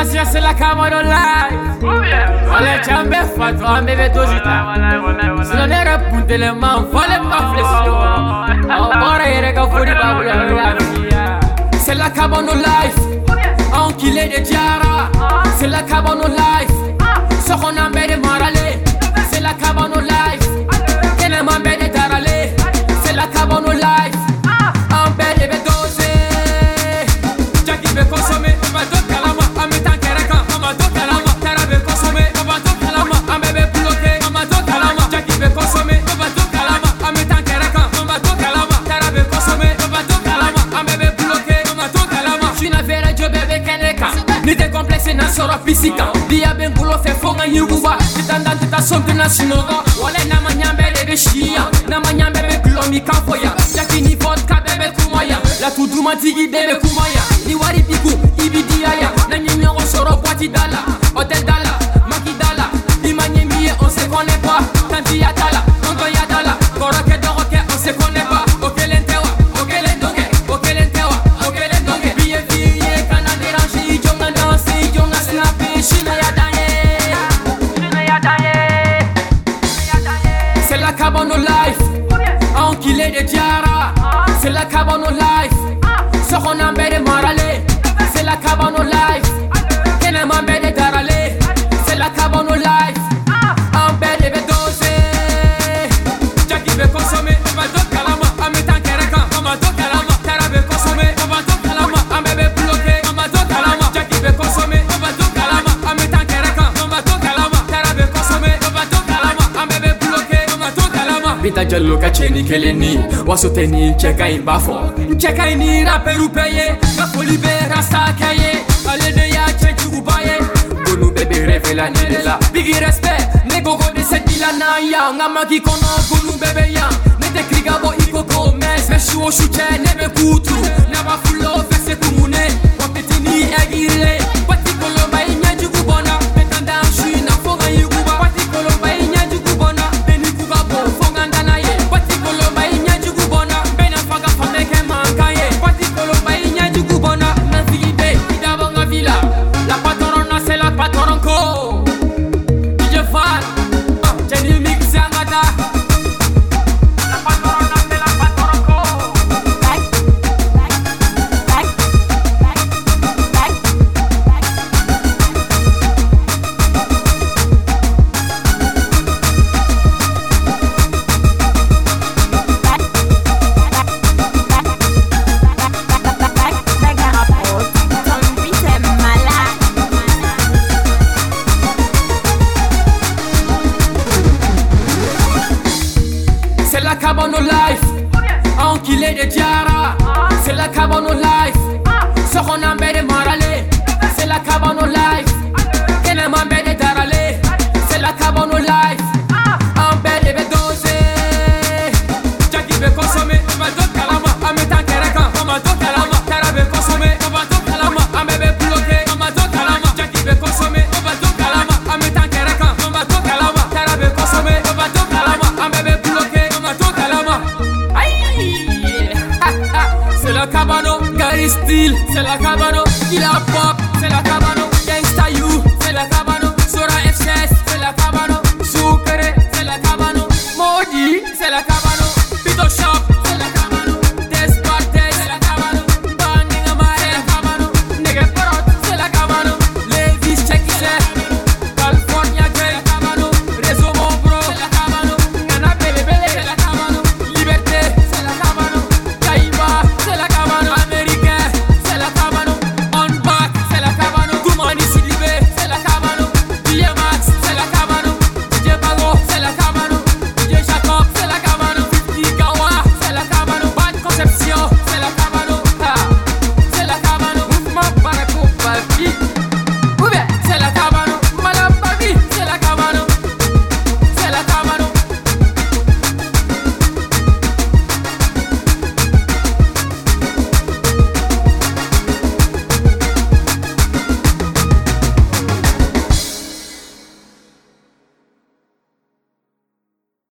Asia c'est la Cameroon live. Wale chambe fatu amebe dozita. Sinonera puntele man vale ma flesio. Ambora yere ka fodi babu ya la fiya. C'est la Cameroon live. Enculé de Diara. C'est la Cameroon life. Sokon ambere marale. C'est la Cameroon life. Kene mambere darale. C'est la Cameroon life. Ambere be doze. Jackie be consommé. Ma do kalama. Amita kereka. Ma do kalama. Tara be consommé. Ma do kalama. Ambebe bloqué. Ma do kalama. Jackie be consommé. Ma do kalama. Amita kereka. Ma do kalama. Tara be consommé. Ma do kalama. Ambebe bloqué. Ma do kalama. Suis na vera jo bebe kereka. Ni te complexe na soro fisika. Dia ben kulo fe fonga yuguba. Titanda tita somte na sinoga. Wale na manyambe bebe shia. Na manyambe be kulomi kafoya. Jackie ni vodka bebe kumaya. La tout dumatigi bebe kumaya. Ni wari piku ibidiyaya. Na nyinyo soro boîte dala. Hôtel dala. Maki dala. Imanye miye on se connaît pas. Tanti ya dala. Tonto ya dala. Koroke doroke on se connaît pas. Okelen tewa. Okelen doke. Okelen tewa. Okelen doke. Biye biye kana déranger. Jonga danse. Jonga snapper. Shina ya danye. Shina ya danye. C'est la cabane au life. En qu'il est de Diara. C'est la cabane au life. Sokon ambere marale. C'est la cabane au life. Kene mambere darale. C'est la cabane au life. Ambere be dose. Jackie be consommé. Ma do kalama. Amitan kereka. Ma do kalama. Tara be consommé. Ma do kalama. Ambebe bloqué. Ma do kalama. Jackie be consommé. Ma do kalama. Amitan kereka. Ma do kalama. Tara be consommé. Ma do kalama. Ambebe bloqué. Ma do kalama. Bita jalo ka cɛni kelen ni waso tɛ ni cɛ ka ɲi b'a fɔ n cɛ ka ɲi ni rapɛriw bɛɛ ye nka foli bɛ rasakɛ ye ale de y'a cɛ juguba ye konu bɛɛ bɛ rɛfɛ la ni de la bigi respect ne kogo de se dila n'an yan nka maki kɔnɔ konu bɛɛ bɛ yan ne tɛ kiri ka bɔ i ko ko mɛn mɛ su o su cɛ ne bɛ k'u turu naba fulo fɛ se kumune wa petini ɛgire pati kolonba i ɲɛjugu bɔnna bɛ tan dan su in na fo ka yuguba pati kolonba i ɲɛjugu bɔnna bɛ ni kuba bɔ fo ka n dana ye pati kolonba i ɲɛjugu bɔnna bɛ na fa ka fan bɛɛ kɛ mankan ye pati kolonba i ɲɛjugu bɔnna nasigi bɛ i dabɔ n ka vi la la patɔrɔn na se la patɔrɔn ko DJ Val, ah, Jenny Mix, Yangada. La patɔrɔn na se la oh. patɔrɔn ko. C'est la cabane au life. Enculé de Diara. C'est la cabane au life. Sokon ambere marale. C'est la cabane au life. Kene mambere darale. C'est la cabane au life. Ambere be dose. Jackie be consommé. Ma do kalama. Ametan kereka. Ma do kalama. Tara be consommé. Ma do kalama. Ambebe bloqué. Ma do kalama. Jackie be consommé. Ma do kalama. Ametan kereka. Ma do kalama. Tara be consommé. Ma do kalama. Ambebe bloqué. Ma do kalama. Aïe. C'est la cabano, Gary Steel, c'est la cabano, Killer Pop, c'est la cabano, Gangsta U, ah,